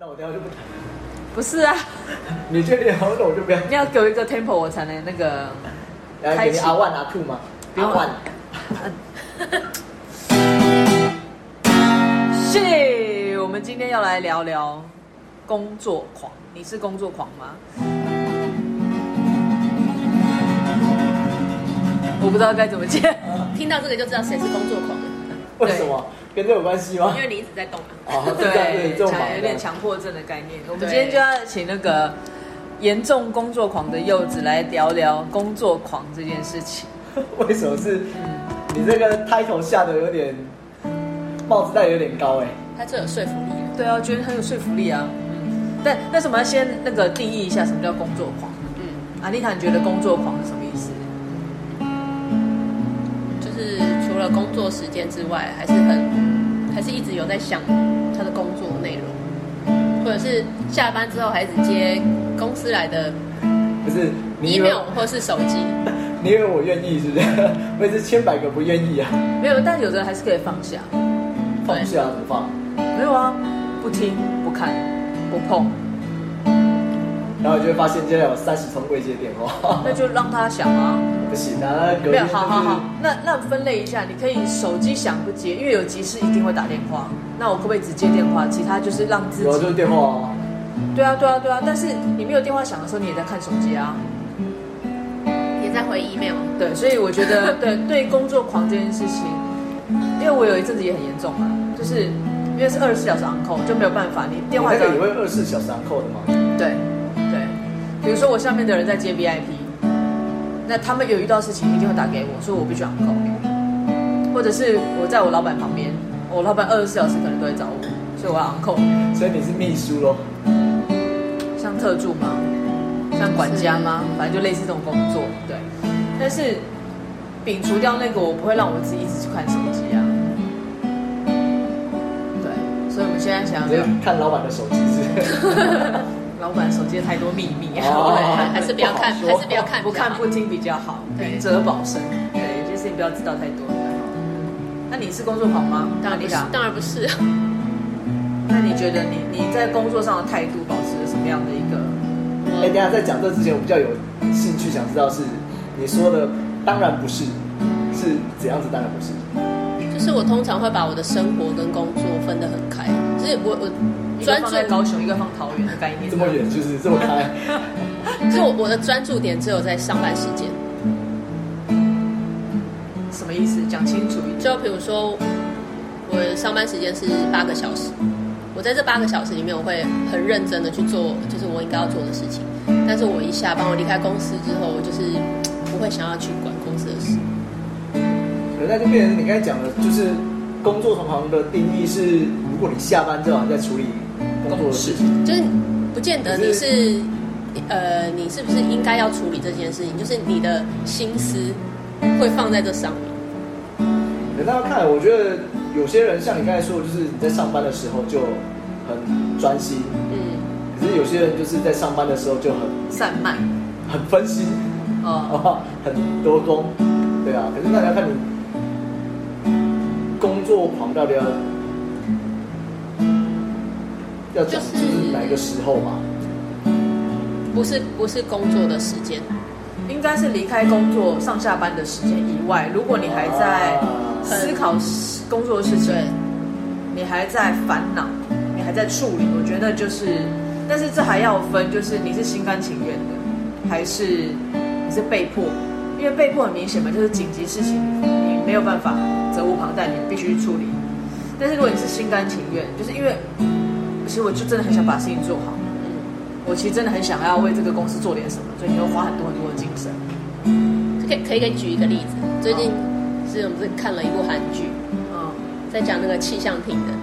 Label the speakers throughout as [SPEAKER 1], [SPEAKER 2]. [SPEAKER 1] 我等下就不谈了。
[SPEAKER 2] 不是啊，
[SPEAKER 1] 你确定好，那我就不要。
[SPEAKER 2] 你要给我一个 tempo，我才能那个。
[SPEAKER 1] 来，给你阿万阿兔吗？
[SPEAKER 2] 不
[SPEAKER 1] 阿
[SPEAKER 2] 用
[SPEAKER 1] 万，
[SPEAKER 2] 是，我们今天要来聊聊工作狂。你是工作狂吗？我不知道该怎么接。
[SPEAKER 3] 听到这个就知道谁是工作狂了，
[SPEAKER 1] 为什么跟这有关系吗
[SPEAKER 3] 因？为你一直在动啊。
[SPEAKER 1] 哦，是这样
[SPEAKER 2] 对，
[SPEAKER 1] 子这种
[SPEAKER 2] 强有点
[SPEAKER 1] 强。
[SPEAKER 2] 强迫症的概念。我们
[SPEAKER 3] 对
[SPEAKER 2] 今天就要请那个严重工作狂的柚子来聊聊工作狂这件事情。
[SPEAKER 1] 为什么是？你这个 title 下的有点帽子戴得有点高哎、
[SPEAKER 3] 他最有说服力了。
[SPEAKER 2] 对啊，觉得很有说服力啊。嗯，但但是我们要先那个定义一下什么叫工作狂。
[SPEAKER 3] 嗯，
[SPEAKER 2] 阿丽塔，你觉得工作狂是什么意思？
[SPEAKER 3] 就是除了工作时间之外，还是很，还是一直有在想他的工作内容，或者是下班之后还一直接公司来的
[SPEAKER 1] 不是你以为
[SPEAKER 3] email 或是手机。
[SPEAKER 1] 你以为我愿意是不是？ 我也是千百个不愿意啊！
[SPEAKER 2] 没有，但有的人还是可以放下。
[SPEAKER 1] 放不下怎么放？
[SPEAKER 2] 没有啊，不听、不看、不碰，
[SPEAKER 1] 然后你就会发现现在有三十通未接电话，
[SPEAKER 2] 那就让他想啊。
[SPEAKER 1] 不行啊！那隔
[SPEAKER 2] 没有，
[SPEAKER 1] 天
[SPEAKER 2] 好好好
[SPEAKER 1] 就，
[SPEAKER 2] 那那分类一下，你可以手机响不接，因为有急事一定会打电话。那我可不可以只接电话？其他就是让自
[SPEAKER 1] 是有啊，就
[SPEAKER 2] 己。
[SPEAKER 1] 是电话啊。
[SPEAKER 2] 对啊，对啊，对啊。但是你没有电话响的时候，你也在看手机啊。
[SPEAKER 3] 也在回 email，
[SPEAKER 2] 对，所以我觉得 对对工作狂这件事情，因为我有一阵子也很严重啊，就是因为是二十四小时 on call 就没有办法，你电话
[SPEAKER 1] 你那
[SPEAKER 2] 响
[SPEAKER 1] 个也会二十四小时按扣的吗？
[SPEAKER 2] 对对，比如说我下面的人在接 VIP，那他们有遇到事情一定会打给我，所以我必须 on call，或者是我在我老板旁边，我老板二十四小时可能都会找我，所以我要 on call，
[SPEAKER 1] 所以你是秘书喽？
[SPEAKER 2] 像特助吗？像管家吗？反正就类似这种工作，对。但是摒除掉那个，我不会让我自己一直去看手机啊。对，所以我们现在想
[SPEAKER 1] 你在
[SPEAKER 2] 要
[SPEAKER 1] 看老板的手机是？
[SPEAKER 2] 老板手机太多秘密啊，
[SPEAKER 1] 哦
[SPEAKER 3] 对，还还是不要看，
[SPEAKER 1] 不好说
[SPEAKER 3] 还是不要看，
[SPEAKER 2] 不看不听比较好，
[SPEAKER 3] 对
[SPEAKER 2] 明哲保身。对，有些事情不要知道太多。那你是工作狂吗？
[SPEAKER 3] 当然不
[SPEAKER 2] 你
[SPEAKER 3] 是，当然不是。啊
[SPEAKER 2] 那你觉得你你在工作上的态度保持了什么样的一个？
[SPEAKER 1] 哎、等一下在讲这之前，我比较有兴趣想知道是你说的，当然不是，是怎样子？当然不是。
[SPEAKER 3] 就是我通常会把我的生活跟工作分得很开，就是我我
[SPEAKER 2] 一个
[SPEAKER 3] 专
[SPEAKER 2] 放
[SPEAKER 3] 注
[SPEAKER 2] 在高雄，一个放桃园的概念。
[SPEAKER 1] 这么远就是这么开，
[SPEAKER 3] 就是我我的专注点只有在上班时间，
[SPEAKER 2] 什么意思？讲清楚一点。
[SPEAKER 3] 就比如说我的上班时间是八个小时，我在这八个小时里面，我会很认真的去做，就是我应该要做的事情。但是我一下班，我离开公司之后，我就是不会想要去管公司的事。
[SPEAKER 1] 对那就变成你刚才讲的，就是工作同行的定义是，如果你下班之后还在处理工作的事情，
[SPEAKER 3] 哦就是不见得你是呃，你是不是应该要处理这件事情？就是你的心思会放在这上面。
[SPEAKER 1] 那要看，我觉得有些人像你刚才说的，就是你在上班的时候就很专心，
[SPEAKER 3] 嗯，
[SPEAKER 1] 可是有些人就是在上班的时候就很
[SPEAKER 2] 散漫，
[SPEAKER 1] 很分心，
[SPEAKER 2] 哦，
[SPEAKER 1] 哦，很多工，对啊。可是那你要看你工作狂到底要要讲
[SPEAKER 3] 就是
[SPEAKER 1] 就是哪一个时候嘛？
[SPEAKER 3] 不是不是工作的时间，
[SPEAKER 2] 应该是离开工作上下班的时间以外，如果你还在
[SPEAKER 1] 啊
[SPEAKER 2] 思考工作的事情，你还在烦恼，你还在处理，我觉得就是，但是这还要分，就是你是心甘情愿的，还是你是被迫？因为被迫很明显嘛，就是紧急事情，你没有办法责无旁贷，你必须处理。但是如果你是心甘情愿，就是因为其实我就真的很想把事情做好，
[SPEAKER 3] 嗯，
[SPEAKER 2] 我其实真的很想要为这个公司做点什么，所以你会花很多很多的精神。
[SPEAKER 3] 嗯可以可以给你举一个例子。最近是我们是看了一部韩剧，
[SPEAKER 2] 嗯，
[SPEAKER 3] 在讲那个气象厅的，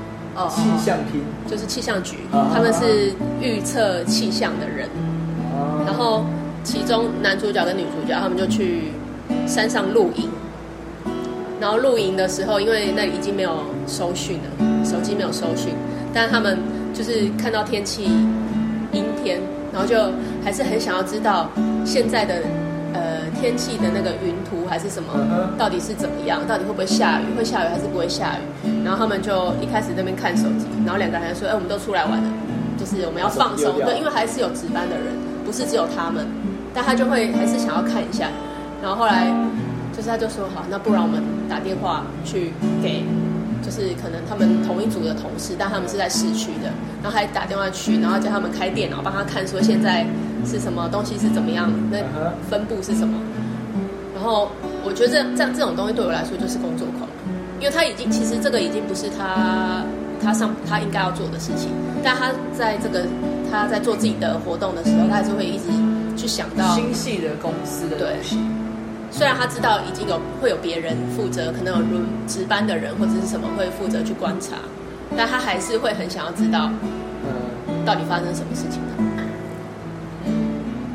[SPEAKER 2] 哦，
[SPEAKER 1] 气象厅，
[SPEAKER 3] 就是气象局，
[SPEAKER 1] 啊
[SPEAKER 3] 他们是预测气象的人。
[SPEAKER 1] 啊
[SPEAKER 3] 然后其中男主角跟女主角他们就去山上露营，然后露营的时候，因为那里已经没有收讯了，手机没有收讯，但他们就是看到天气阴天，然后就还是很想要知道现在的呃天气的那个云图还是什么
[SPEAKER 1] 嗯哼
[SPEAKER 3] 到底是怎么样，到底会不会下雨，会下雨还是不会下雨？然后他们就一开始在那边看手机，然后两个人还说：“哎、我们都出来玩了。”就是我们要放
[SPEAKER 1] 把手
[SPEAKER 3] 松
[SPEAKER 1] 机丢，掉
[SPEAKER 3] 对，因为还是有值班的人，不是只有他们，但他就会还是想要看一下。然后后来就是他就说好，那不然我们打电话去给，就是可能他们同一组的同事，但他们是在市区的，然后还打电话去，然后叫他们开电脑帮他看说现在是什么东西是怎么样，那
[SPEAKER 1] 嗯哼
[SPEAKER 3] 分布是什么。然后我觉得这这样这种东西对我来说就是工作狂，因为他已经其实这个已经不是他他上他应该要做的事情，但他在这个他在做自己的活动的时候，他还是会一直去想到，
[SPEAKER 2] 新系的公司的东西，
[SPEAKER 3] 虽然他知道已经有会有别人负责，可能有轮值班的人或者是什么会负责去观察，但他还是会很想要知道
[SPEAKER 1] 嗯，
[SPEAKER 3] 到底发生什么事情的。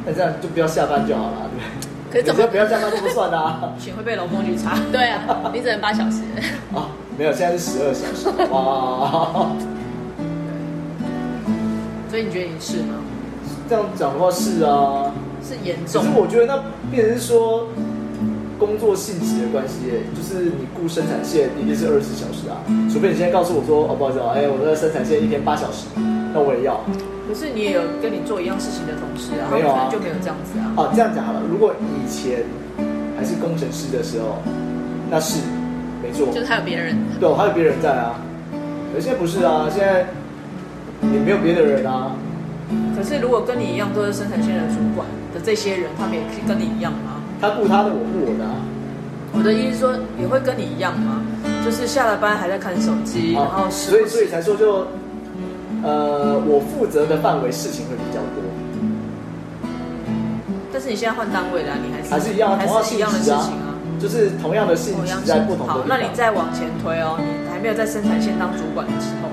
[SPEAKER 1] 那这样就不要下班就好了，对不对？
[SPEAKER 3] 可是怎
[SPEAKER 1] 你
[SPEAKER 3] 么
[SPEAKER 1] 就不要下班就不算啦、
[SPEAKER 2] 请会被劳工局查。
[SPEAKER 3] 对啊？你只能八小 时，
[SPEAKER 1] 啊，没有，现在是十二小时。哇，
[SPEAKER 2] 所以你觉得你是吗？
[SPEAKER 1] 这样讲的话是啊，
[SPEAKER 2] 是严
[SPEAKER 1] 只
[SPEAKER 2] 重
[SPEAKER 1] 是？我觉得那变成是说工作性质的关系耶，就是你雇生产线一定是二十小时啊，除非你现在告诉我说，哦，不好意思啊，哎，我的生产线一天八小时，那我也要
[SPEAKER 2] 可是你也有跟你做一样事情的同事啊，他
[SPEAKER 1] 没
[SPEAKER 2] 们
[SPEAKER 1] 有
[SPEAKER 2] 可
[SPEAKER 1] 啊
[SPEAKER 2] 能就没有这样子啊。
[SPEAKER 1] 哦，这样讲好了，如果以前还是工程师的时候，那是没错，
[SPEAKER 3] 就是还有别人。
[SPEAKER 1] 对，还有别人在啊，可现在不是啊，现在也没有别的人啊，
[SPEAKER 2] 可是如果跟你一样都是生产线的主管的这些人，他们也是跟你一样吗？
[SPEAKER 1] 他雇他的，我雇我的啊。
[SPEAKER 2] 我的意思是说，也会跟你一样吗？就是下了班还在看手机，然后
[SPEAKER 1] 哦
[SPEAKER 2] 是
[SPEAKER 1] 所以所以才说就，呃，我负责的范围事情会比较多，
[SPEAKER 2] 但是你现在换单位了啊、你还是
[SPEAKER 1] 还是一样啊
[SPEAKER 2] 还是一样的事
[SPEAKER 1] 同样性
[SPEAKER 2] 情啊。
[SPEAKER 1] 就是同样的性
[SPEAKER 2] 同
[SPEAKER 1] 质
[SPEAKER 2] 样性
[SPEAKER 1] 在不同的地
[SPEAKER 2] 好
[SPEAKER 1] 方，
[SPEAKER 2] 那你再往前推哦，你还没有在生产线当主管的时候，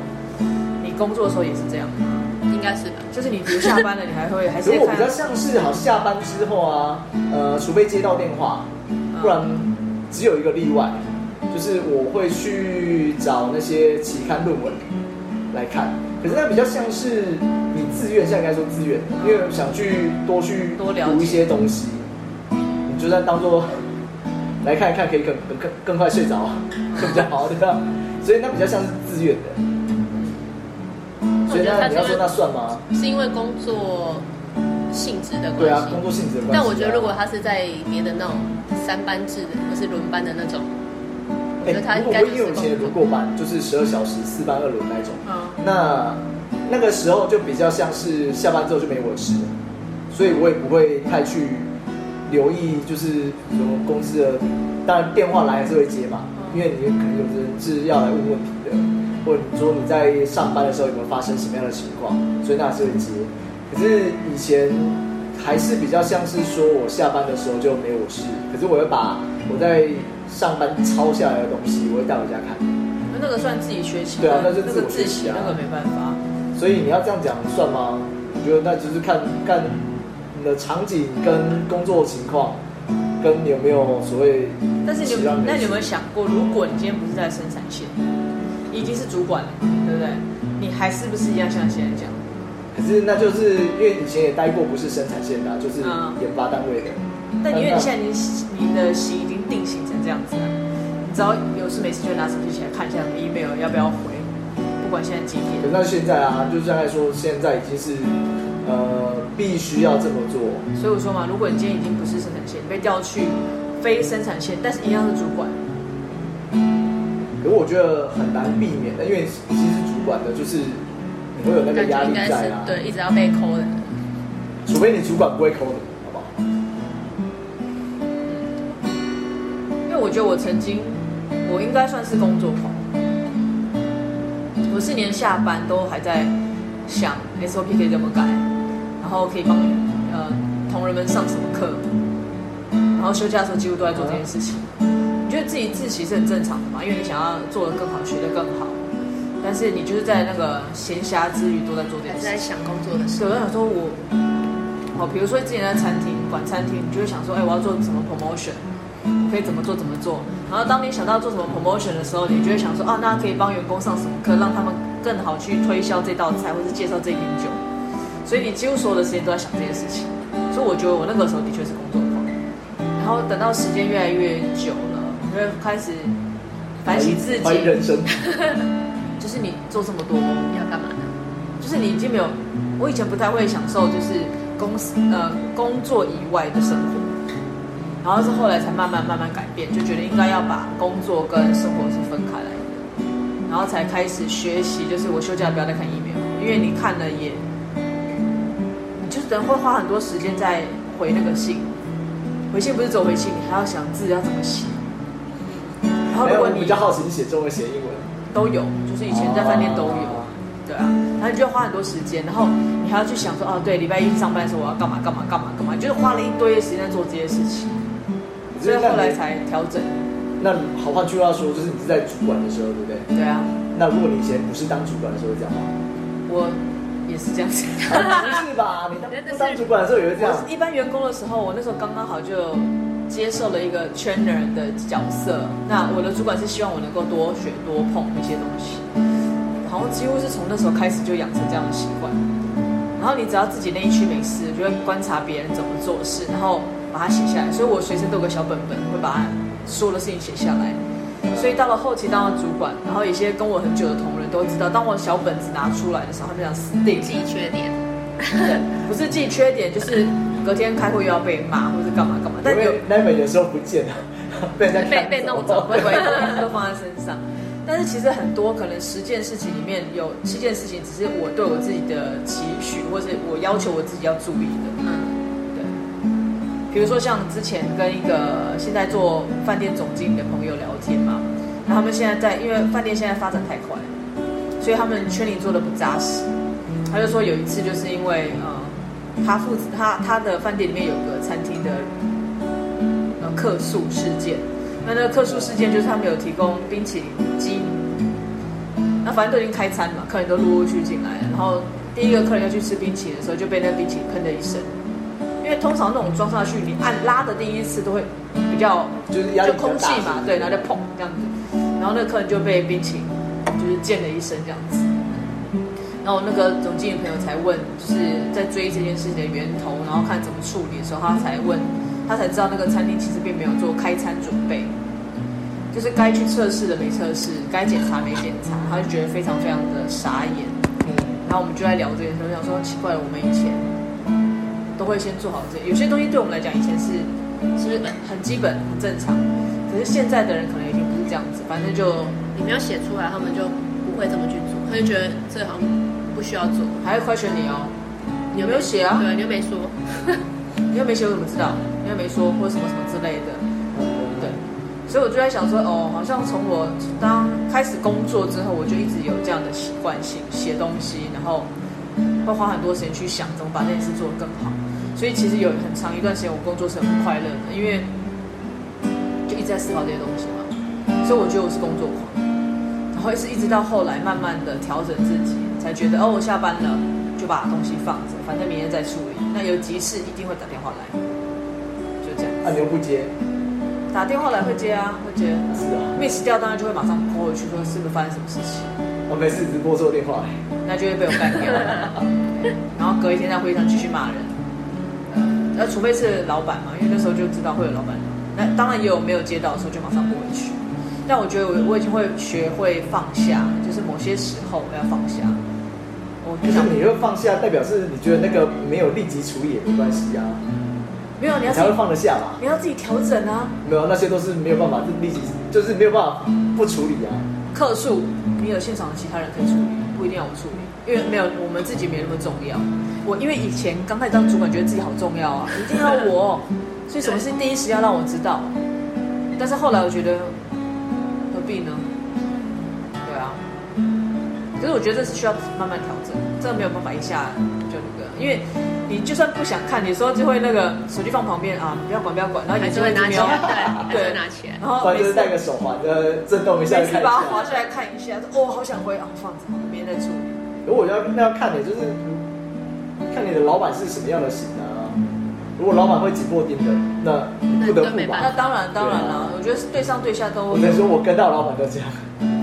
[SPEAKER 2] 你工作的时候也是这样吗？
[SPEAKER 3] 应该是吧。
[SPEAKER 2] 就是你比如下班了，你还会还是
[SPEAKER 1] 可是
[SPEAKER 2] 会
[SPEAKER 1] 我
[SPEAKER 2] 看
[SPEAKER 1] 比较像是好下班之后啊，呃，除非接到电话，不
[SPEAKER 2] 嗯
[SPEAKER 1] 然只有一个例外，就是我会去找那些期刊论文来看。可是那比较像是你自愿，像应该说自愿，因为想去多去
[SPEAKER 2] 多了解
[SPEAKER 1] 读一些东西，你就算当做 来看一看，可以更更更更快睡着，会比较好对吧？所以那比较像是自愿的。所以
[SPEAKER 3] 我觉得
[SPEAKER 1] 那
[SPEAKER 3] 他
[SPEAKER 1] 你要
[SPEAKER 3] 这
[SPEAKER 1] 说
[SPEAKER 3] 边
[SPEAKER 1] 那算吗？
[SPEAKER 3] 是因为工作性质的
[SPEAKER 1] 对
[SPEAKER 3] 关
[SPEAKER 1] 啊
[SPEAKER 3] 系，。
[SPEAKER 1] 工作性质的关系啊、
[SPEAKER 3] 但我觉得如果他是在别的那种三班制的或是轮班的那种，我觉得他
[SPEAKER 1] 哎，
[SPEAKER 3] 应
[SPEAKER 1] 如果
[SPEAKER 3] 该
[SPEAKER 1] 我
[SPEAKER 3] 就
[SPEAKER 1] 也
[SPEAKER 3] 是
[SPEAKER 1] 有以前的
[SPEAKER 3] 工
[SPEAKER 1] 轮
[SPEAKER 3] 作。
[SPEAKER 1] 过班，就是十二小时四班二轮那一种，
[SPEAKER 2] 嗯，
[SPEAKER 1] 那那个时候就比较像是下班之后就没我的事了，所以我也不会太去留意，就是什么公司的，当然电话来还是会接嘛，因为你可能有的人是要来问问题的，或者你说你在上班的时候有没有发生什么样的情况，所以那还是会接。可是以前还是比较像是说我下班的时候就没我事，可是我会把我在上班抄下来的东西，我会带回家看。
[SPEAKER 2] 那个算自己学习，
[SPEAKER 1] 对啊那是
[SPEAKER 2] 那
[SPEAKER 1] 自
[SPEAKER 2] 个
[SPEAKER 1] 我
[SPEAKER 2] 自
[SPEAKER 1] 学
[SPEAKER 2] 习
[SPEAKER 1] 习啊
[SPEAKER 2] 那个没办法。
[SPEAKER 1] 所以你要这样讲算吗？我觉得那就是看看你的场景跟工作情况，跟你有没有所谓
[SPEAKER 2] 但是你有
[SPEAKER 1] 其他没
[SPEAKER 2] 那你有没有
[SPEAKER 1] 事
[SPEAKER 2] 想过，如果你今天不是在生产线，你已经是主管了，对不对？你还是不是一样像现在这样？
[SPEAKER 1] 可是那就是因为以前也待过不是生产线的啊、就是
[SPEAKER 2] 嗯
[SPEAKER 1] 研发单位的。嗯
[SPEAKER 2] 但因为你现在已经你的习已经定型成这样子了，你只要有事没事就会拿手机起来看一下 email 要不要回，不管现在几
[SPEAKER 1] 可是
[SPEAKER 2] 点。
[SPEAKER 1] 那现在啊，就是刚才说，现在已经是呃必须要这么做，
[SPEAKER 2] 所以我说嘛，如果你今天已经不是生产线，你被调去非生产线，但是一样是主管，
[SPEAKER 1] 可是我觉得很难避免的，因为你其实是主管的，就是你会有那个
[SPEAKER 3] 感
[SPEAKER 1] 压
[SPEAKER 3] 觉
[SPEAKER 1] 力
[SPEAKER 3] 应该
[SPEAKER 1] 在
[SPEAKER 3] 是
[SPEAKER 1] 啊，
[SPEAKER 3] 对，一直要被抠的。
[SPEAKER 1] 除非你主管不会抠你，好不好？
[SPEAKER 2] 因为我觉得我曾经，我应该算是工作狂，我是连下班都还在想 SOP 可以怎么改，然后可以帮呃同仁们上什么课，然后休假的时候几乎都在做这件事情。你觉得自己自习是很正常的嘛？因为你想要做得更好，学得更好，但是你就是在那个闲暇之余都在做这
[SPEAKER 3] 还
[SPEAKER 2] 件
[SPEAKER 3] 是
[SPEAKER 2] 事
[SPEAKER 3] 在
[SPEAKER 2] 情。
[SPEAKER 3] 想工作的事。
[SPEAKER 2] 所以我想说我，哦，比如说之前在餐厅管餐厅，你就会想说，哎、我要做什么 promotion，我可以怎么做怎么做。然后当你想到做什么 promotion 的时候，你就会想说，啊，那可以帮员工上什么课，让他们更好去推销这道菜，或是介绍这瓶酒。所以你几乎所有的时间都在想这件事情。所以我觉得我那个时候的确是工作狂。然后等到时间越来越久了，你会开始反省自
[SPEAKER 1] 怀疑
[SPEAKER 2] 己，
[SPEAKER 1] 人生。
[SPEAKER 2] 就是你做这么多，
[SPEAKER 3] 你要干嘛呢？
[SPEAKER 2] 就是你已经没有，我以前不太会享受就是公司呃工作以外的生活，然后是后来才慢慢慢慢改变，就觉得应该要把工作跟生活是分开来的，然后才开始学习，就是我休假不要再看 email，因为你看了也，你就是等会花很多时间在回那个信，回信不是走回信，你还要想字要怎么写，然后
[SPEAKER 1] 没
[SPEAKER 2] 如
[SPEAKER 1] 有，
[SPEAKER 2] 果
[SPEAKER 1] 我
[SPEAKER 2] 你
[SPEAKER 1] 比较好奇你写中文写英文，
[SPEAKER 2] 都有，就是以前在饭店都有，
[SPEAKER 1] 哦
[SPEAKER 2] 对啊，然后你就花很多时间，然后你还要去想说，哦，对，礼拜一去上班的时候我要干嘛干嘛干嘛干嘛，就是花了一堆的时间在做这些事情，所以后来才调整。
[SPEAKER 1] 那好换句话说，就是你是在主管的时候，对不对？
[SPEAKER 2] 对啊，
[SPEAKER 1] 那如果你以前不是当主管的时候会这样吗？啊
[SPEAKER 2] 我也是这样子。
[SPEAKER 1] 不是吧？你当不当主管的时候也会这样？
[SPEAKER 2] 我一般员工的时候，我那时候刚刚好就接受了一个 trainer 的角色。那我的主管是希望我能够多学多碰一些东西，好像几乎是从那时候开始就养成这样的习惯。然后你只要自己那一区没事，就会观察别人怎么做事，然后把它写下来。所以我随身都有个小本本，会把它所有的事情写下来。所以到了后期，当了主管，然后有些跟我很久的同仁都知道，当我小本子拿出来的时候，他们就想死定了
[SPEAKER 3] 自。己缺点，
[SPEAKER 2] 不是记缺点，就是隔天开会又要被骂，或者干嘛干嘛。但
[SPEAKER 1] 因
[SPEAKER 2] 有
[SPEAKER 1] 为那本有时候不见了， 被人家
[SPEAKER 3] 被
[SPEAKER 1] 看
[SPEAKER 3] 被弄
[SPEAKER 2] 不
[SPEAKER 3] 走
[SPEAKER 2] 会不会，都放在身上。但是其实很多可能十件事情里面有七件事情，只是我对我自己的期许，或是我要求我自己要注意的。
[SPEAKER 3] 嗯，
[SPEAKER 2] 对，比如说像之前跟一个现在做饭店总经理的朋友聊天嘛，然后他们现在在，因为饭店现在发展太快了，所以他们圈里做的不扎实。他就说有一次就是因为呃，他负责他他的饭店里面有个餐厅的呃客诉事件，那那个客诉事件就是他们有提供冰淇淋机那反正都已经开餐嘛，客人都陆陆续续进来了，然后第一个客人要去吃冰淇淋的时候，就被那冰淇淋喷了一身。因为通常那种装上去，你按拉的第一次都会比较
[SPEAKER 1] 就是压力
[SPEAKER 2] 就
[SPEAKER 1] 比较
[SPEAKER 2] 空气
[SPEAKER 1] 大
[SPEAKER 2] 嘛，对，然后就砰这样子，然后那个客人就被冰淇淋就是溅了一身这样子。然后我那个总经理朋友才问，就是在追这件事情的源头，然后看怎么处理的时候，他才问，他才知道那个餐厅其实并没有做开餐准备，就是该去测试的没测试，该检查没检查，他就觉得非常非常的傻眼。
[SPEAKER 1] 嗯
[SPEAKER 2] 然后我们就在聊这件事，我想说奇怪，我们以前都会先做好这，有些东西对我们来讲以前是
[SPEAKER 3] 是不是
[SPEAKER 2] 很基本、很正常，可是现在的人可能已经不是这样子，反正就
[SPEAKER 3] 你没有写出来，他们就不会这么去做，他就觉得这好像不需要做。
[SPEAKER 2] 还会 question 你哦，你有没有写啊？
[SPEAKER 3] 对，你又没说，
[SPEAKER 2] 你又没写，我怎么知道？你又没说，或者什么什么之类的。对，所以我就在想说，哦，好像从我当开始工作之后，我就一直有这样的习惯性写东西，然后会花很多时间去想怎么把这件事做得更好。所以其实有很长一段时间，我工作是很不快乐的，因为就一直在思考这些东西嘛。所以我觉得我是工作狂，然后是一直到后来慢慢的调整自己，才觉得哦，我下班了就把东西放着，反正明天再处理。那有急事一定会打电话来，就这样。
[SPEAKER 1] 啊，你又不接，
[SPEAKER 2] 打电话来会接啊，会接。
[SPEAKER 1] 是啊，
[SPEAKER 2] miss 掉当然就会马上拨回去说是不是发生什么事情，
[SPEAKER 1] 我每次直播做电话，
[SPEAKER 2] 那就会被我干掉。 然后隔一天在会议上继续骂人，那除非是老板嘛，因为那时候就知道会有老板。那当然也有没有接到的时候就马上拨回去。但我觉得我我已经会学会放下，就是某些时候我要放下。我
[SPEAKER 1] 可
[SPEAKER 2] 不
[SPEAKER 1] 是
[SPEAKER 2] 想
[SPEAKER 1] 你又放下，代表是你觉得那个没有立即处理也没关系啊，
[SPEAKER 2] 嗯没有，你
[SPEAKER 1] 你
[SPEAKER 2] 要自
[SPEAKER 1] 才
[SPEAKER 2] 己
[SPEAKER 1] 会放得下嘛。
[SPEAKER 2] 你要自己调整啊。
[SPEAKER 1] 没有，那些都是没有办法立即，就是没有办法不处理啊。
[SPEAKER 2] 客诉，你有现场的其他人可以处理，不一定要我处理，因为没有我们自己没那么重要。我因为以前刚开始当主管，觉得自己好重要 啊，一定要我，所以什么事第一时间要让我知道。但是后来我觉得，何必呢？对啊，可是我觉得这是需要慢慢调整，这没有办法一下就那个，因为你就算不想看，有时候就会那个手机放旁边啊，不要管不要管，然后
[SPEAKER 3] 还
[SPEAKER 2] 眼
[SPEAKER 3] 是
[SPEAKER 2] 睛
[SPEAKER 3] 会
[SPEAKER 2] 一直
[SPEAKER 3] 拿起
[SPEAKER 2] 瞄
[SPEAKER 3] 来， 对，还是
[SPEAKER 2] 对
[SPEAKER 3] 会拿起来。
[SPEAKER 2] 然后
[SPEAKER 1] 不然
[SPEAKER 2] 每
[SPEAKER 1] 就是
[SPEAKER 2] 次
[SPEAKER 1] 戴个手环，呃，震动一下就
[SPEAKER 2] 每次
[SPEAKER 1] 看一
[SPEAKER 2] 把它
[SPEAKER 1] 下。
[SPEAKER 2] 划下来看一下，说哦，好想回啊，放着，明天再处理。
[SPEAKER 1] 如果要那要看你就是看你的老板是什么样的型啊。如果老板会紧迫盯的，那你不得
[SPEAKER 3] 那那没
[SPEAKER 1] 不
[SPEAKER 3] 办
[SPEAKER 1] 吧
[SPEAKER 3] 法
[SPEAKER 2] 那。当然，当然啦，我觉得是对啊上对下都
[SPEAKER 1] 我跟你说，我跟到老板都这样，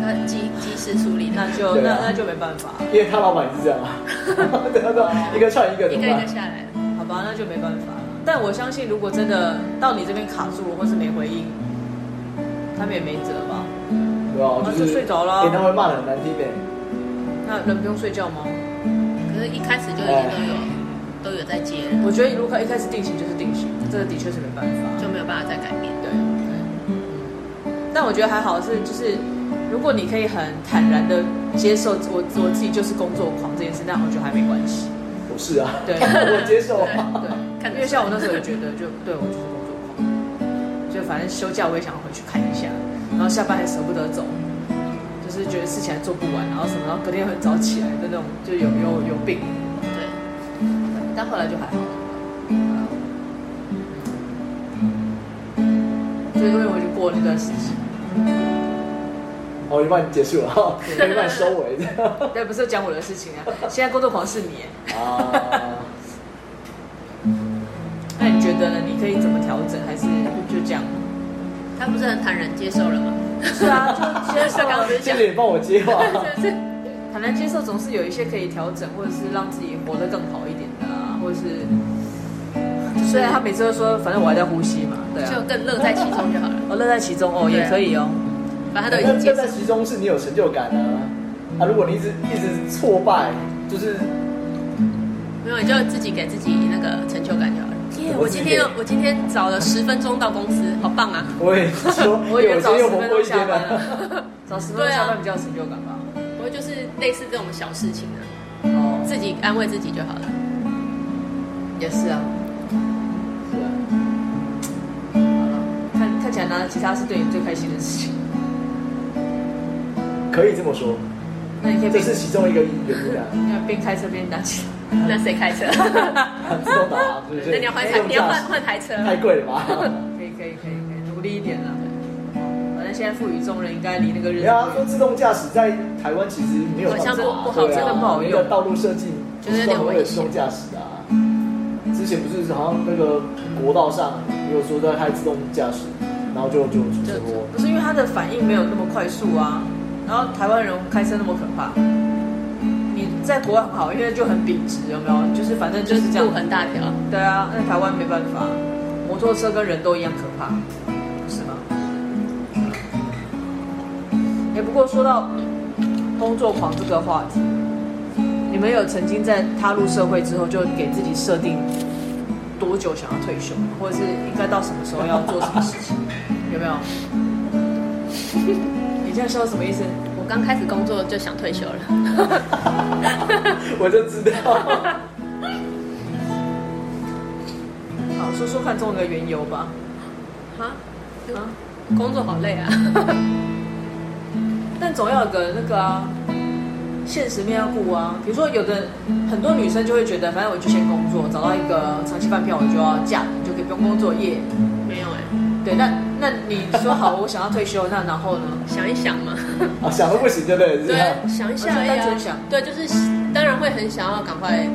[SPEAKER 3] 他及及时处理
[SPEAKER 2] 那
[SPEAKER 3] 的，
[SPEAKER 2] 就
[SPEAKER 1] 对
[SPEAKER 2] 那
[SPEAKER 1] 啊
[SPEAKER 2] 那就没办法，
[SPEAKER 1] 因为他老板也是这样啊。 对啊对啊，一个串一个怎
[SPEAKER 3] 一
[SPEAKER 1] 么
[SPEAKER 3] 个一个
[SPEAKER 1] 办？
[SPEAKER 3] 下来。
[SPEAKER 2] 好吧，那就没办法了。但我相信，如果真的到你这边卡住了，或是没回应，他们也没辙吧？
[SPEAKER 1] 对啊，
[SPEAKER 2] 那就睡着了
[SPEAKER 1] 诶他会骂的很难听的。
[SPEAKER 2] 那人不用睡觉吗？
[SPEAKER 3] 就是一开始就已经都有、都有在接了，
[SPEAKER 2] 我觉得如果一开始定型就是定型，这个的确是没办法。
[SPEAKER 3] 就没有办法再改变。
[SPEAKER 2] 对，对。但我觉得还好是，就是如果你可以很坦然的接受我我自己就是工作狂这件事，那我觉得还没关系。
[SPEAKER 1] 我是啊，
[SPEAKER 2] 对
[SPEAKER 1] 我接受啊。
[SPEAKER 2] 对
[SPEAKER 3] 看，得出来
[SPEAKER 2] 因为像我那时候也觉得就，对我就是工作狂，就反正休假我也想回去看一下，然后下班还舍不得走，就是觉得事情还做不完，然后什么，然后隔天很早起来的那种，就有有有病。
[SPEAKER 3] 对，
[SPEAKER 2] 但后来就还好。就因为我已经过了那段时期，
[SPEAKER 1] 哦，一半结束了哈，一半收尾 的
[SPEAKER 2] 但不是讲我的事情啊。现在工作狂是你耶，欸
[SPEAKER 1] 啊。
[SPEAKER 2] 那你觉得呢？你可以怎么调整？还是就这样？
[SPEAKER 3] 他不是很坦然接受了吗？
[SPEAKER 2] 是啊，就接受
[SPEAKER 3] 刚刚不是
[SPEAKER 1] 谢
[SPEAKER 3] 讲
[SPEAKER 1] 谢你帮我接话。
[SPEAKER 3] 是
[SPEAKER 2] 很难接受，总是有一些可以调整，或者是让自己活得更好一点的啊，
[SPEAKER 3] 嗯
[SPEAKER 2] 或者是虽然他每次都说，反正我还在呼吸嘛，对
[SPEAKER 3] 就
[SPEAKER 2] 啊，
[SPEAKER 3] 更乐在其中就好了，
[SPEAKER 2] 我乐在其中哦，
[SPEAKER 3] 对啊
[SPEAKER 2] 也可以哦，
[SPEAKER 3] 反正他都已
[SPEAKER 1] 哎那
[SPEAKER 3] 经接
[SPEAKER 1] 那
[SPEAKER 3] 受
[SPEAKER 1] 在。其中是你有成就感啊。啊，如果你一直一直挫败，就是
[SPEAKER 3] 没有，你就自己给自己那个成就感就好了。耶！我今天我今天早了十分钟到公司，好棒啊！
[SPEAKER 1] 我也说，
[SPEAKER 2] 我以为
[SPEAKER 1] 今
[SPEAKER 2] 早
[SPEAKER 1] 天
[SPEAKER 2] 十
[SPEAKER 1] 活
[SPEAKER 2] 分
[SPEAKER 1] 过一啊
[SPEAKER 2] 钟下
[SPEAKER 1] 天
[SPEAKER 2] 班
[SPEAKER 1] 了。
[SPEAKER 2] 了，早十分钟下班比较有成就感吧。
[SPEAKER 3] 我就是类似这种小事情啊，
[SPEAKER 2] 哦，
[SPEAKER 3] 自己安慰自己就好了。
[SPEAKER 2] 也是啊，
[SPEAKER 1] 是啊
[SPEAKER 2] 好了，看看起来拿着吉他是对你最开心的事情，
[SPEAKER 1] 可以这么说，
[SPEAKER 2] 那你可以
[SPEAKER 1] 这
[SPEAKER 2] 边
[SPEAKER 1] 是 其中一个原因啊。
[SPEAKER 2] 你要边开车边拿吉
[SPEAKER 3] 那谁开 车？
[SPEAKER 1] 很自动导航是不是？
[SPEAKER 3] 那你要换台，你要换换台车。
[SPEAKER 1] 那太贵了吧？
[SPEAKER 2] 他， 可以可以可以可以，努力一点啦。反正现在赋予众人应该离那个日
[SPEAKER 1] 人
[SPEAKER 2] 子
[SPEAKER 1] 家
[SPEAKER 3] 啊
[SPEAKER 1] 说自动驾驶在台湾其实没有
[SPEAKER 3] 好像
[SPEAKER 1] 办法
[SPEAKER 3] 不不好
[SPEAKER 1] 对啊
[SPEAKER 3] 真的
[SPEAKER 2] 不好用
[SPEAKER 1] 那个道路设计
[SPEAKER 3] 觉得有点
[SPEAKER 1] 都会
[SPEAKER 3] 危
[SPEAKER 1] 有
[SPEAKER 3] 险
[SPEAKER 1] 自动驾驶啊。之前不是好像那个国道上也有说在开自动驾驶，然后就就出车祸。
[SPEAKER 2] 不是因为他的反应没有那么快速啊，然后台湾人开车那么可怕。你在国外很好，因为就很笔直，有没有？就是反正就
[SPEAKER 3] 就是是
[SPEAKER 2] 这样
[SPEAKER 3] 路。很大条，
[SPEAKER 2] 对啊，那台湾没办法，摩托车跟人都一样可怕，是吗？哎，不过说到工作狂这个话题，你们有曾经在踏入社会之后就给自己设定多久想要退休，或者是应该到什么时候要做什么事情？ 有没有？你现在笑什么意思？
[SPEAKER 3] 我刚开始工作就想退休了，
[SPEAKER 1] 我就知道，
[SPEAKER 2] 好，说说看中的缘由吧。
[SPEAKER 3] 哈，
[SPEAKER 2] 啊，
[SPEAKER 3] 工作好累啊，
[SPEAKER 2] 但总要有个那个啊，现实面要顾啊。比如说，有的很多女生就会觉得，反正我就先工作，找到一个长期饭票，我就要嫁，就可以不用工作耶。
[SPEAKER 3] 没有哎、
[SPEAKER 2] 对，那那你说好，我想要退休，那然后呢？
[SPEAKER 3] 想一想嘛，
[SPEAKER 1] 啊，想都不行，对不对？是这样
[SPEAKER 3] 对，啊想一下
[SPEAKER 2] 而
[SPEAKER 3] 而
[SPEAKER 2] 且
[SPEAKER 3] 已、
[SPEAKER 2] 单
[SPEAKER 3] 啊
[SPEAKER 2] 纯想。
[SPEAKER 3] 对，就是当然会很想要赶快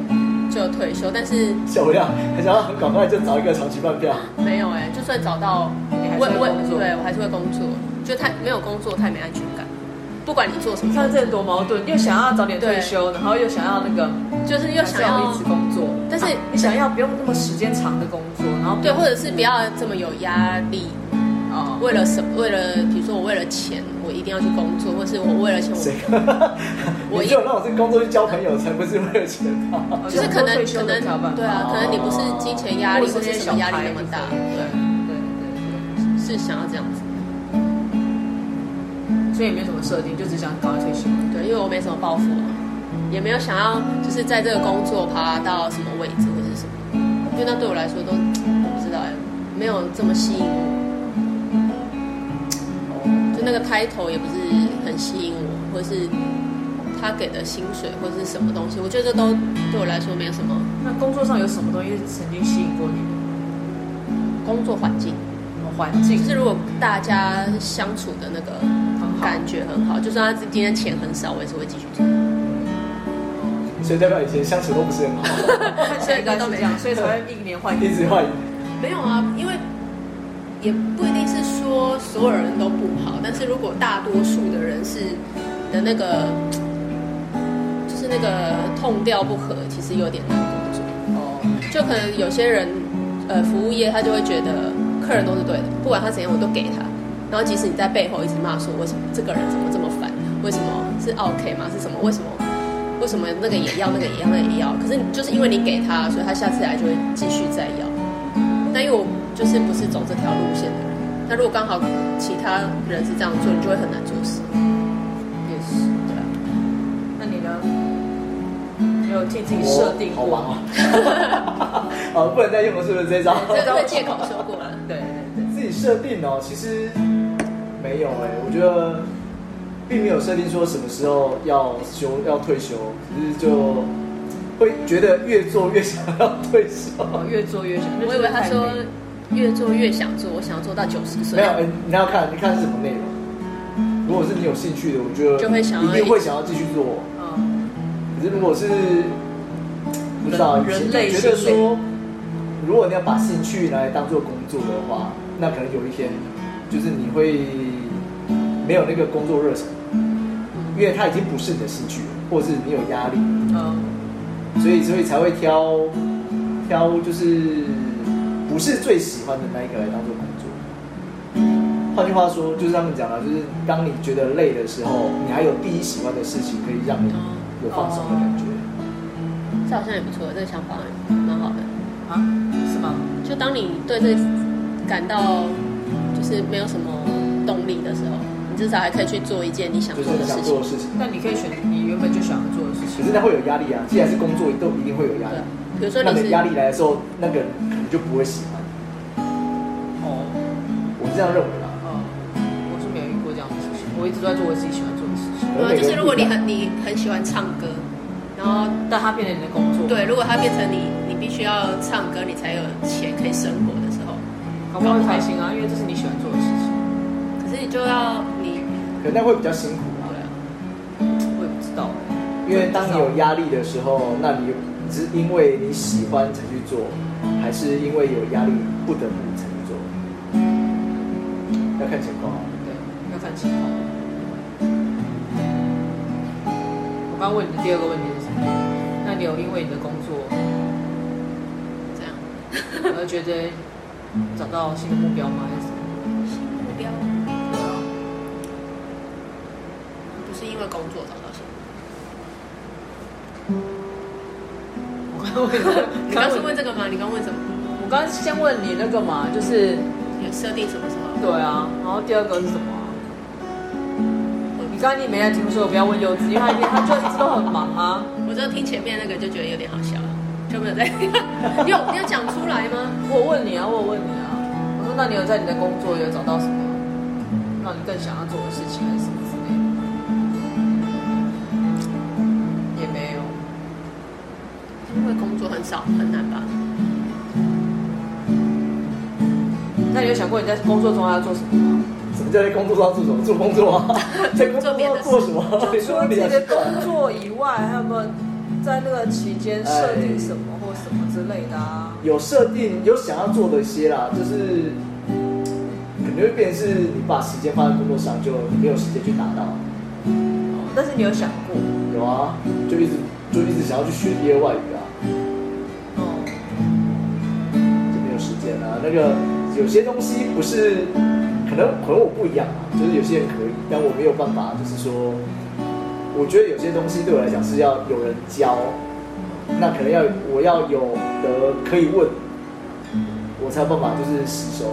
[SPEAKER 3] 就退休，但是
[SPEAKER 1] 小亮很想要很赶快就找一个长期饭票，
[SPEAKER 3] 没有哎、就算找到，
[SPEAKER 2] 你还是
[SPEAKER 3] 我
[SPEAKER 2] 会
[SPEAKER 3] 我
[SPEAKER 2] 工作
[SPEAKER 3] 对我还是会工作，就太没有工作太没安全感，不管你做什
[SPEAKER 2] 你
[SPEAKER 3] 么
[SPEAKER 2] 看
[SPEAKER 3] 工
[SPEAKER 2] 这
[SPEAKER 3] 作，
[SPEAKER 2] 人多矛盾，又想要早点退休，然后又想要那个，
[SPEAKER 3] 就是又
[SPEAKER 2] 还是
[SPEAKER 3] 想要
[SPEAKER 2] 一直工作，
[SPEAKER 3] 但是
[SPEAKER 2] 啊你想要不用那么时间长的工作，然后
[SPEAKER 3] 对，或者是不要这么有压力，
[SPEAKER 2] 哦，
[SPEAKER 3] 为了什为了比如说我为了钱我一定要去工作，或是我为了钱
[SPEAKER 1] 谁
[SPEAKER 3] 我？我
[SPEAKER 1] 你只有那种是工作去交朋友，才不是为了钱啊吧？
[SPEAKER 2] 好像
[SPEAKER 3] 就是可能
[SPEAKER 2] 退
[SPEAKER 3] 可
[SPEAKER 2] 休的条
[SPEAKER 3] 能
[SPEAKER 2] 办
[SPEAKER 3] 对啊，可能你不是金钱压力或是什么压力那么大，
[SPEAKER 2] 对
[SPEAKER 3] 对，
[SPEAKER 2] 对对对。
[SPEAKER 3] 是想要这样子。
[SPEAKER 2] 所以也没什么设定，就只想赶快退休。
[SPEAKER 3] 对，因为我没什么抱负嘛，也没有想要就是在这个工作爬到什么位置或者是什么，因为那对我来说都我不知道哎，没有这么吸引我，就那个 title 也不是很吸引我，或是他给的薪水或是什么东西，我觉得这都对我来说没有什么
[SPEAKER 2] 那工作上有什么东西是曾经吸引过你的？
[SPEAKER 3] 工作环境。
[SPEAKER 2] 环 境
[SPEAKER 3] 就是如果大家相处的那个
[SPEAKER 2] 很好，
[SPEAKER 3] 感觉很好，就算他今天钱很少，我也是会继续做。
[SPEAKER 1] 所以代表以前相处都不是很好，
[SPEAKER 2] 看起来应该是这样，所以才会一年换一
[SPEAKER 1] 一直换。
[SPEAKER 3] 没有啊，因为也不一定是说所有人都不好，但是如果大多数的人是你的那个，就是那个痛调不合，其实有点难工作。
[SPEAKER 2] 哦，
[SPEAKER 3] 就可能有些人，呃，服务业他就会觉得客人都是对的，不管他怎样我都给他。然后即使你在背后一直骂说为什么这个人怎么这么烦，为什么是 OK 吗？是什么？为什么为什么那个也要，那个也要，那个也要？可是你就是因为你给他，所以他下次来就会继续再要。那因为我就是不是走这条路线的人，那如果刚好其他人是这样做，你就会很难做事。
[SPEAKER 2] 也是。
[SPEAKER 3] 对啊，
[SPEAKER 2] 那你呢？你有替自己设定
[SPEAKER 1] 哦好
[SPEAKER 2] 过
[SPEAKER 1] 忙
[SPEAKER 2] 吗？
[SPEAKER 1] 啊！ 好，不能再用了，是不是这招？
[SPEAKER 3] 这个借口说过了。
[SPEAKER 2] 对对
[SPEAKER 1] 自己设定哦，其实没有哎、我觉得并没有设定说什么时候要休要退休，只是就会觉得越做越想要退休。
[SPEAKER 2] 对，哦，越做越想。
[SPEAKER 3] 我以为他说
[SPEAKER 2] 那就是太累
[SPEAKER 3] 越做越想做，我想要做到九十岁。
[SPEAKER 1] 没有，哎你要看你看是什么内容。如果是你有兴趣的，我觉得
[SPEAKER 3] 就会想要
[SPEAKER 1] 一定会想要继续做。
[SPEAKER 2] 嗯，
[SPEAKER 1] 可是如果是不知道，
[SPEAKER 2] 人
[SPEAKER 1] 以前
[SPEAKER 2] 人类
[SPEAKER 1] 就觉得
[SPEAKER 2] 心累
[SPEAKER 1] 说，如果你要把兴趣拿来当做工作的话，那可能有一天就是你会没有那个工作热忱，因为它已经不是你的兴趣了，或者是你有压力，
[SPEAKER 3] 哦
[SPEAKER 2] 嗯，
[SPEAKER 1] 所以所以才会挑挑就是不是最喜欢的那一个来当做工作。换句话说，就是他们讲了，啊就是当你觉得累的时候，你还有第一喜欢的事情可以让你有放松的感觉。
[SPEAKER 3] 哦这好像也不错，这个想法蛮好的。
[SPEAKER 2] 啊，是吗？
[SPEAKER 3] 就当你对这感到就是没有什么动力的时候，你至少还可以去做一件你想
[SPEAKER 1] 就
[SPEAKER 3] 做
[SPEAKER 1] 是
[SPEAKER 3] 的
[SPEAKER 1] 你
[SPEAKER 3] 事
[SPEAKER 1] 想
[SPEAKER 3] 情
[SPEAKER 1] 做的。事情。
[SPEAKER 2] 但你可以选你原本就想要做的事
[SPEAKER 1] 可
[SPEAKER 2] 情
[SPEAKER 1] 是。那会有压力啊，既然是工作，都一定会有压力
[SPEAKER 3] 对。，啊比如说
[SPEAKER 1] 那
[SPEAKER 3] 你
[SPEAKER 1] 个
[SPEAKER 3] 是
[SPEAKER 1] 压力来的时候，那个人可能就不会喜欢。
[SPEAKER 2] 哦，
[SPEAKER 1] 我是这样认为啦。
[SPEAKER 2] 嗯，我是没有遇过这样的事情，我一直都在做我自己喜欢做的事情，
[SPEAKER 1] 可能
[SPEAKER 3] 呃，
[SPEAKER 1] 每
[SPEAKER 3] 就
[SPEAKER 1] 个人不一样
[SPEAKER 3] 是如果你很你很喜欢唱歌，然后
[SPEAKER 2] 但它变成你的工作。，
[SPEAKER 3] 对，如果它变成你你必须要唱歌你才有钱可以生活的时候，
[SPEAKER 2] 搞不好会开心啊，因为这是你喜欢做的事情。
[SPEAKER 3] 可是你就要你
[SPEAKER 1] 可能那会比较辛苦
[SPEAKER 3] 对
[SPEAKER 1] 啊，
[SPEAKER 3] 啊，
[SPEAKER 2] 我也不知道欸
[SPEAKER 1] 因为当你有压力的时候，那你只是因为你喜欢才去做，还是因为有压力不得不才去做？要看情况啊。
[SPEAKER 2] 对，要看情况。我刚问你的第二个问题是什么？那你有因为你的工 作，
[SPEAKER 3] 这样
[SPEAKER 2] 而觉得找到新的目标吗？还是什么？
[SPEAKER 3] 目标
[SPEAKER 2] 对啊，
[SPEAKER 3] 不是因为工作找到钱。
[SPEAKER 2] 我刚问你，
[SPEAKER 3] 你刚是问这个吗？你刚问什么？
[SPEAKER 2] 我刚先问你那个嘛，就是
[SPEAKER 3] 有设定什么时候？
[SPEAKER 2] 对啊，然后第二个是什么啊？你刚刚你没在听，所以我不要问柚子，因为他一天他就一直都很忙啊。
[SPEAKER 3] 我只有听前面那个就觉得有点好笑了，就没有在。 你有你有讲出来吗？
[SPEAKER 2] 我有问你啊，我有问你啊，我说那你有在你的工作有找到什么让你更想要做的事情，还是什么之类的？也没有，
[SPEAKER 3] 因为工作很少，很难吧？
[SPEAKER 2] 那你有想过你在工作中要做什么吗？
[SPEAKER 1] 什么叫在工作上做什么？做工作啊，在工作
[SPEAKER 3] 做别
[SPEAKER 1] 上
[SPEAKER 3] 的事
[SPEAKER 1] 做什么？你
[SPEAKER 2] 除了自
[SPEAKER 1] 你
[SPEAKER 2] 己
[SPEAKER 1] 要
[SPEAKER 2] 的工作以外，还有没有在那个期间设定什么或什么之类的啊？
[SPEAKER 1] 有设定有想要做的一些啦，就是可能会变成是你把时间放在工作上，就没有时间去达到。
[SPEAKER 2] 哦但是你有想过，
[SPEAKER 1] 有啊，就一直就一直想要去学第二外语啊，
[SPEAKER 2] 哦，
[SPEAKER 1] 就没有时间啊。那个有些东西不是，可能可能我不一样啊，就是有些人可以，但我没有办法，就是说，我觉得有些东西对我来讲是要有人教，那可能要我要有的可以问，我才有办法就是吸收。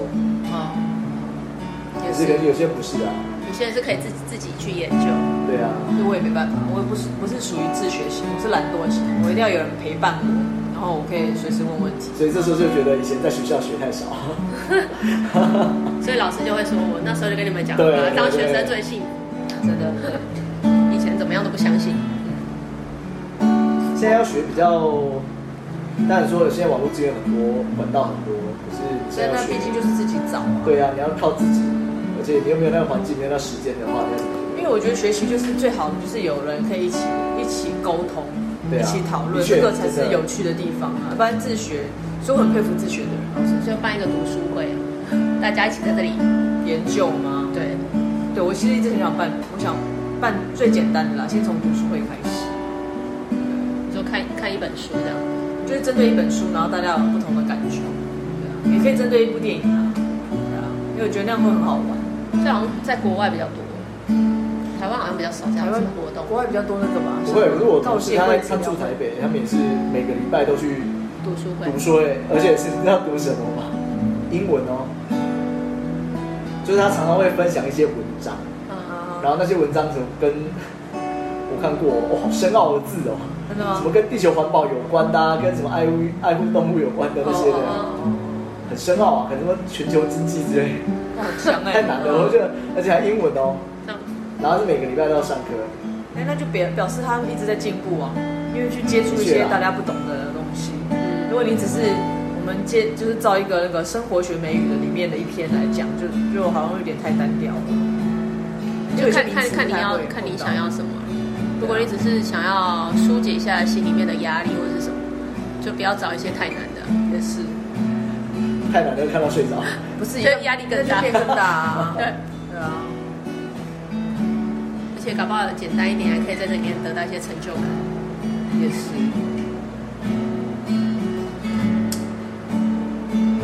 [SPEAKER 1] 哦
[SPEAKER 2] 啊，也
[SPEAKER 1] 可
[SPEAKER 2] 是
[SPEAKER 1] 是可，能有些人不是啊，
[SPEAKER 3] 有些人是可以自己自己去研究，
[SPEAKER 1] 对啊，
[SPEAKER 2] 对我也没办法，我也不是不是属于自学型，我是懒惰型，我一定要有人陪伴我，然后我可以随时问问题。
[SPEAKER 1] 所以这时候就觉得以前在学校学太少。
[SPEAKER 3] 所以老师就会说我那时候就跟你们讲
[SPEAKER 1] 对
[SPEAKER 3] 了，
[SPEAKER 1] 对
[SPEAKER 3] 当学生最幸福，
[SPEAKER 2] 真的，
[SPEAKER 3] 以前怎么样都不相信。
[SPEAKER 1] 现在要学比较，当然说了，现在网络资源很多，管道很多，可是你
[SPEAKER 2] 所以
[SPEAKER 1] 现在
[SPEAKER 2] 那
[SPEAKER 1] 要学
[SPEAKER 2] 毕，竟就是自己找啊。
[SPEAKER 1] 对啊，你要靠自己，而且你又没有那个环境，没有那时间的话，你要怎么
[SPEAKER 2] 因为我觉得学习就是最好的，就是有人可以一起一起沟通，
[SPEAKER 1] 对啊
[SPEAKER 2] 一起讨论，
[SPEAKER 1] 的确
[SPEAKER 2] 这个才是
[SPEAKER 1] 真的
[SPEAKER 2] 有趣的地方啊。不然自学，所以我很佩服自学的人，
[SPEAKER 3] 老师就办一个读书会，啊大家一起在这里。
[SPEAKER 2] 研究嘛。
[SPEAKER 3] 对，
[SPEAKER 2] 对我其实一直很想办，我想办最简单的啦，先从读书会开始，
[SPEAKER 3] 你就看看一本书这样。
[SPEAKER 2] 就是针对一本书，然后大家有不同的感觉，对啊，也可以针对一部电影啊，对啊，因为我觉得那样会很好玩。
[SPEAKER 3] 这好像在国外比较多，台湾好像像比较少这
[SPEAKER 2] 台
[SPEAKER 3] 样子
[SPEAKER 2] 湾
[SPEAKER 3] 的活动。
[SPEAKER 2] 国外比较多那个吧？
[SPEAKER 1] 不会，可是我
[SPEAKER 2] 告
[SPEAKER 1] 同事
[SPEAKER 2] 诫
[SPEAKER 1] 他
[SPEAKER 2] 会
[SPEAKER 1] 他住台
[SPEAKER 2] 比
[SPEAKER 1] 北，他们也是每个礼拜都去
[SPEAKER 3] 读书会
[SPEAKER 1] 读书欸，而且是要读什么嘛？英文哦，就是他常常会分享一些文章，
[SPEAKER 2] 较
[SPEAKER 3] 嗯，
[SPEAKER 2] 好，
[SPEAKER 1] 然后那些文章怎么跟我看过哦，好深奥的字哦，
[SPEAKER 2] 真的
[SPEAKER 1] 什
[SPEAKER 2] 吗
[SPEAKER 1] 么？跟地球环保有关的、啊，跟什么爱护爱护动物有关的那些
[SPEAKER 2] 哦
[SPEAKER 1] 的，很深奥啊，可能什么全球经济之类，
[SPEAKER 2] 哇很强哎，
[SPEAKER 1] 太难了，我觉得，而且还英文哦，
[SPEAKER 3] 这样
[SPEAKER 1] 然后是每个礼拜都要上课，
[SPEAKER 2] 哎，那就表表示他一直在进步啊，因为去接触一
[SPEAKER 1] 的确
[SPEAKER 2] 些
[SPEAKER 1] 啊
[SPEAKER 2] 大家不懂的东西。如
[SPEAKER 3] 嗯，
[SPEAKER 2] 果你只是我们接就是造一个那个生活学美语的里面的一篇来讲，就就好像有点太单调了。
[SPEAKER 3] 就看
[SPEAKER 2] 有些名
[SPEAKER 3] 看
[SPEAKER 2] 词
[SPEAKER 3] 看你
[SPEAKER 2] 不太
[SPEAKER 3] 要
[SPEAKER 2] 会
[SPEAKER 3] 看
[SPEAKER 2] 碰
[SPEAKER 3] 你
[SPEAKER 2] 到啊
[SPEAKER 3] 想要什么。如果你只是想要疏解一下心里面的压力或者是什么，就不要找一些太难的。
[SPEAKER 2] 也是，
[SPEAKER 1] 太难了，看到睡 着。
[SPEAKER 2] 不是
[SPEAKER 3] 所以
[SPEAKER 2] 也
[SPEAKER 3] 压力更大
[SPEAKER 2] 那就变更大啊。
[SPEAKER 3] 对，
[SPEAKER 2] 对啊，
[SPEAKER 3] 而且搞不好简单一点，还可以在这里面得到一些成就感。
[SPEAKER 2] 也是。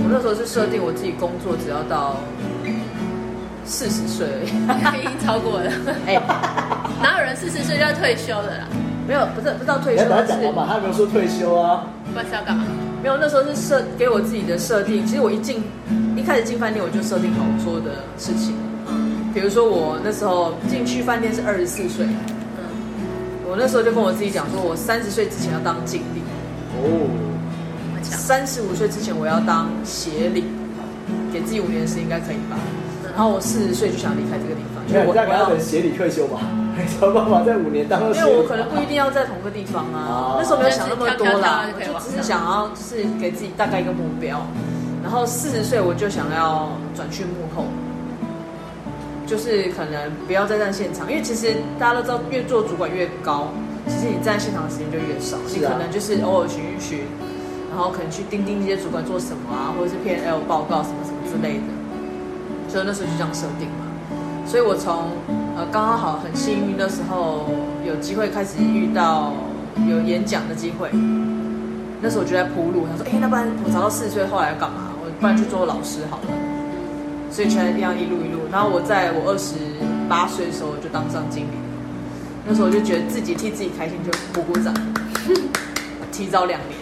[SPEAKER 2] 我那时候是设定我自己工作只要到四十岁而 已。
[SPEAKER 3] 已经超过了，
[SPEAKER 2] 哎、
[SPEAKER 3] 哪有人四十岁就要退休的啦？
[SPEAKER 2] 没有，不是不知道退
[SPEAKER 1] 你
[SPEAKER 2] 休
[SPEAKER 1] 要，把它
[SPEAKER 2] 是
[SPEAKER 1] 讲完嘛，他有没有说退休啊？
[SPEAKER 3] 不知道干嘛？
[SPEAKER 2] 没有，那时候是设给我自己的设定。其实我一进一开始进饭店，我就设定好我做的事情。
[SPEAKER 3] 嗯
[SPEAKER 2] 比如说我那时候进去饭店是二十四岁，
[SPEAKER 3] 嗯，
[SPEAKER 2] 我那时候就跟我自己讲说，我三十岁之前要当经理，
[SPEAKER 1] 哦，
[SPEAKER 3] 我强。
[SPEAKER 2] 三十五岁之前我要当协理，给自己五年时间应该可以吧。然后我四十岁就想离开这个地方，因
[SPEAKER 1] 没
[SPEAKER 2] 为
[SPEAKER 1] 有，你
[SPEAKER 2] 我我
[SPEAKER 1] 大概要
[SPEAKER 2] 要
[SPEAKER 1] 等协理退休吧， 你才有办法在五年当到协
[SPEAKER 2] 因
[SPEAKER 1] 理。
[SPEAKER 2] 为我可能不一定要在同个地方啊
[SPEAKER 1] 哦，
[SPEAKER 2] 那时候没有想那么多啦，我
[SPEAKER 3] 就是跳跳跳就可以
[SPEAKER 2] 就
[SPEAKER 3] 往
[SPEAKER 2] 只是想要就是给自己大概一个目标，然后四十岁我就想要转去幕后，就是可能不要再站现场，因为其实大家都知道，越做主管越高，其实你站现场的时间就越少，
[SPEAKER 1] 是啊
[SPEAKER 2] 你可能就是偶尔巡一巡，然后可能去盯盯这些主管做什么啊，或者是 P L 报告什么什么之类的，所以那时候就这样设定嘛。所以我从呃刚刚好很幸运的时候有机会开始遇到有演讲的机会，那时候我就在铺路，他说：“哎、那不然我找到四十岁后来要干嘛？我不然去做老师好了。”所以全这样一路一路，然后我在我二十八岁的时候我就当上经理，那时候我就觉得自己替自己开心，就鼓鼓掌，提早两年，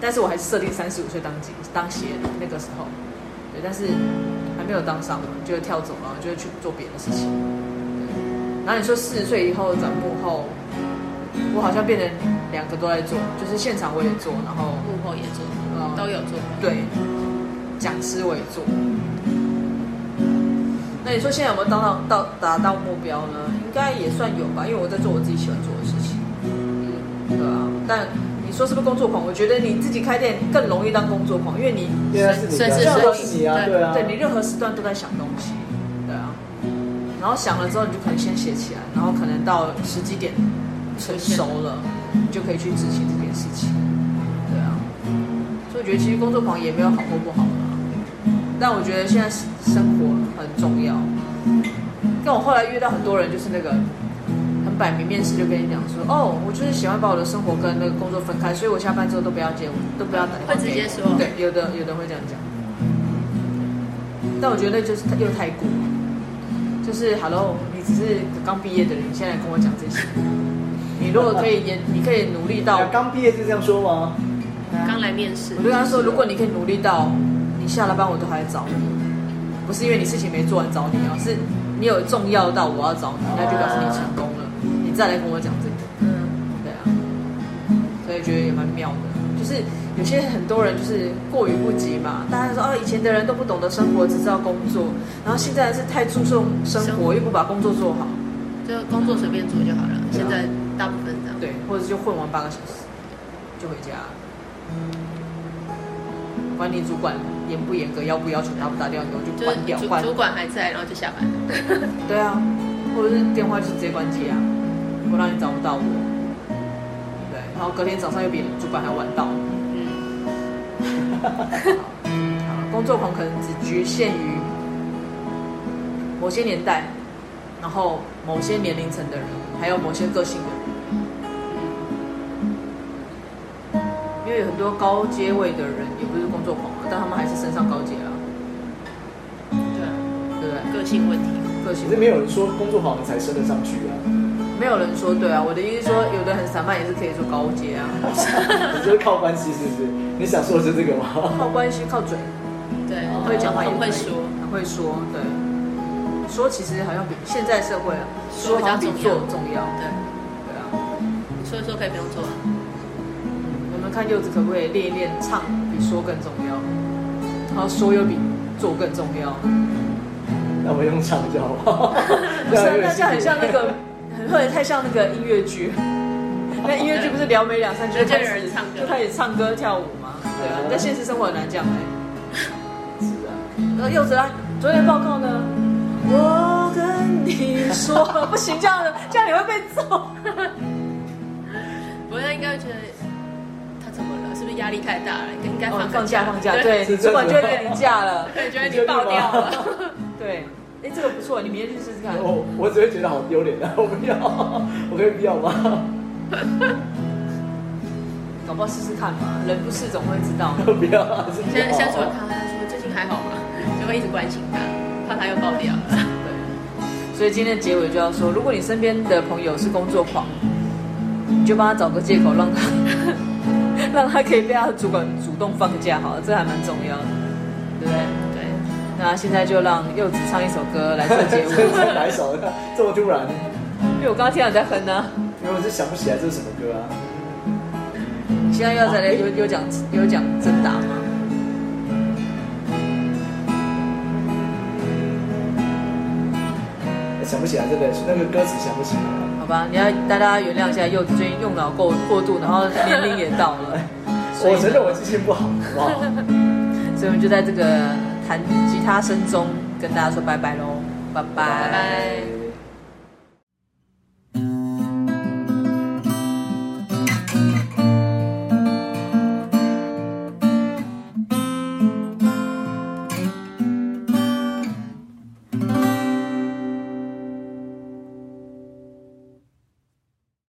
[SPEAKER 2] 但是我还是设定三十五岁当经当协理那个时候，对，但是还没有当上嘛，就跳走了，就去做别的事情。对，然后你说四十岁以后转幕后，我好像变成两个都在做，就是现场我也做，然后
[SPEAKER 3] 幕后也做，
[SPEAKER 2] 嗯
[SPEAKER 3] 都有做。
[SPEAKER 2] 对，讲师为主。那你说现在有没有达到到达到目标呢？应该也算有吧，因为我在做我自己喜欢做的事情，
[SPEAKER 3] 嗯，
[SPEAKER 2] 对啊。但你说是不是工作狂？我觉得你自己开店更容易当工作狂，因为你
[SPEAKER 1] 对啊，是你
[SPEAKER 3] 顺
[SPEAKER 1] 的，
[SPEAKER 3] 势
[SPEAKER 1] 这样
[SPEAKER 3] 顺
[SPEAKER 1] 都
[SPEAKER 3] 势
[SPEAKER 1] 是你啊，
[SPEAKER 3] 对
[SPEAKER 1] 对啊，
[SPEAKER 2] 对你任何时段都在想东西，对啊。然后想了之后，你就可能先写起来，然后可能到十几点成熟了，你就可以去执行这件事情，对啊。所以我觉得其实工作狂也没有好或不好啦，但我觉得现在生活很重要。但我后来遇到很多人，就是那个很摆明面试就跟你讲说，哦，我就是喜欢把我的生活跟那个工作分开，所以我下班之后都不要接，都不要打电话
[SPEAKER 3] 会直
[SPEAKER 2] 给
[SPEAKER 3] 接
[SPEAKER 2] 我
[SPEAKER 3] 说
[SPEAKER 2] 对，有的有的会这样讲。但我觉得就是又太过，就是 Hello，你只是刚毕业的人，你现在跟我讲这些，你如果可以研，你可以努力到，
[SPEAKER 1] 啊刚毕业是这样说吗？
[SPEAKER 3] 刚来面试
[SPEAKER 2] 我，就跟他说，如果你可以努力到，你下了班我都还来找你，不是因为你事情没做完找你啊，是你有重要到我要找你，那就表示你成功了，你再来跟我讲这个。
[SPEAKER 3] 嗯，
[SPEAKER 2] 对啊，所以觉得也蛮妙的。就是有些很多人就是过于不及嘛，大家说啊，以前的人都不懂得生活，只知道工作，然后现在是太注重生
[SPEAKER 3] 生
[SPEAKER 2] 活，
[SPEAKER 3] 活
[SPEAKER 2] 又不把工作做好，
[SPEAKER 3] 就工作随便做就好了。现在大部分这样。
[SPEAKER 2] 啊对，或者就混完八个小时就回家。
[SPEAKER 3] 嗯
[SPEAKER 2] 管理主管严不严格，要不要求他不打电话给我就
[SPEAKER 3] 就是
[SPEAKER 2] 关掉
[SPEAKER 3] 主
[SPEAKER 2] 换，
[SPEAKER 3] 主管还在，然后就下班。
[SPEAKER 2] 对啊，或者是电话就直接关机啊，我让你找不到我，对，然后隔天早上又比主管还晚到，
[SPEAKER 3] 嗯，
[SPEAKER 2] 好啊工作狂可能只局限于某些年代，然后某些年龄层的人，还有某些个性的人。因为有很多高阶位的人也不是工啊作狂嘛，但他们还是升上高阶了，
[SPEAKER 3] 对啊，
[SPEAKER 2] 啊对不对？
[SPEAKER 3] 个性问题。
[SPEAKER 2] 科
[SPEAKER 1] 可
[SPEAKER 2] 新
[SPEAKER 1] 是
[SPEAKER 2] 闻，
[SPEAKER 1] 没有人说工作好像才升得上去 啊，
[SPEAKER 2] 没有人说对啊。我的意思是说，有的很散漫也是可以说高阶啊，
[SPEAKER 1] 你就是靠关系是不是？你想说的是这个 吗？
[SPEAKER 2] 靠关系靠嘴，
[SPEAKER 3] 对，
[SPEAKER 1] 哦
[SPEAKER 2] 会讲话也
[SPEAKER 3] 很
[SPEAKER 2] 可以
[SPEAKER 3] 会说，
[SPEAKER 2] 很会说，对。说其实好像比现在社会啊，说好像比做重要，
[SPEAKER 3] 对，
[SPEAKER 2] 对啊。
[SPEAKER 3] 你说一说可以不用做啊，
[SPEAKER 2] 我们看柚子可不可以练一练唱比说更重要，然后说又比做更重要。
[SPEAKER 1] 那我们用唱就好不好？
[SPEAKER 2] 不是啊，那这样很像那个，很或者太像那个音乐剧。
[SPEAKER 3] 哦
[SPEAKER 2] 那音乐剧不是聊没两三句就
[SPEAKER 3] 就
[SPEAKER 2] 开
[SPEAKER 3] 有
[SPEAKER 2] 始
[SPEAKER 3] 人唱歌
[SPEAKER 2] 就开始唱歌跳舞吗？对啊，在现实生活很难讲哎。
[SPEAKER 1] 是啊，
[SPEAKER 2] 然后柚子啊，昨天报告呢？我跟你说， 不行，这样的这样你会被揍。
[SPEAKER 3] 不过他应该会觉得他怎么了？是不是压力太大了？应该
[SPEAKER 2] 哦
[SPEAKER 3] 放，
[SPEAKER 2] 放假放假，
[SPEAKER 3] 对，
[SPEAKER 2] 对，你主管就会被你架 了。
[SPEAKER 3] 对，觉得你爆掉了。
[SPEAKER 2] 对，哎，这个不错，你明天去试试看。
[SPEAKER 1] 我我只会觉得好丢脸啊！我不要，我可以不要吗？
[SPEAKER 2] 搞不好试试看嘛，人不试总会知道。
[SPEAKER 1] 不要啊，是不
[SPEAKER 3] 现在
[SPEAKER 1] 要
[SPEAKER 3] 现在
[SPEAKER 1] 啊
[SPEAKER 3] 主管看到他说最近还好吗？ 就会一直关心他，怕他又爆掉了。
[SPEAKER 2] 对，所以今天的结尾就要说，如果你身边的朋友是工作狂，你就帮他找个借口，让他 让他可以被他的主管主动放假，好了，这还蛮重要的，对不对？
[SPEAKER 3] 对，
[SPEAKER 2] 那现在就让柚子唱一首歌来做结
[SPEAKER 1] 这
[SPEAKER 2] 尾，
[SPEAKER 1] 这哪一首？这么突然，
[SPEAKER 2] 因为我刚刚听到你在哼呢、啊
[SPEAKER 1] 因为我是想不起来这是什么歌啊。
[SPEAKER 2] 你现在又要再来有有讲有讲真打吗？
[SPEAKER 1] 想不起来，真的是那个歌词想不起来。
[SPEAKER 2] 好吧，你要大家原谅一下，柚子最近用脑过过度，然后年龄也到了，所 以
[SPEAKER 1] 我
[SPEAKER 2] 呢
[SPEAKER 1] 承认我记性不好，好不好？
[SPEAKER 2] 所以我们就在这个弹吉他声中跟大家说拜拜喽，拜
[SPEAKER 1] 拜
[SPEAKER 3] 拜拜。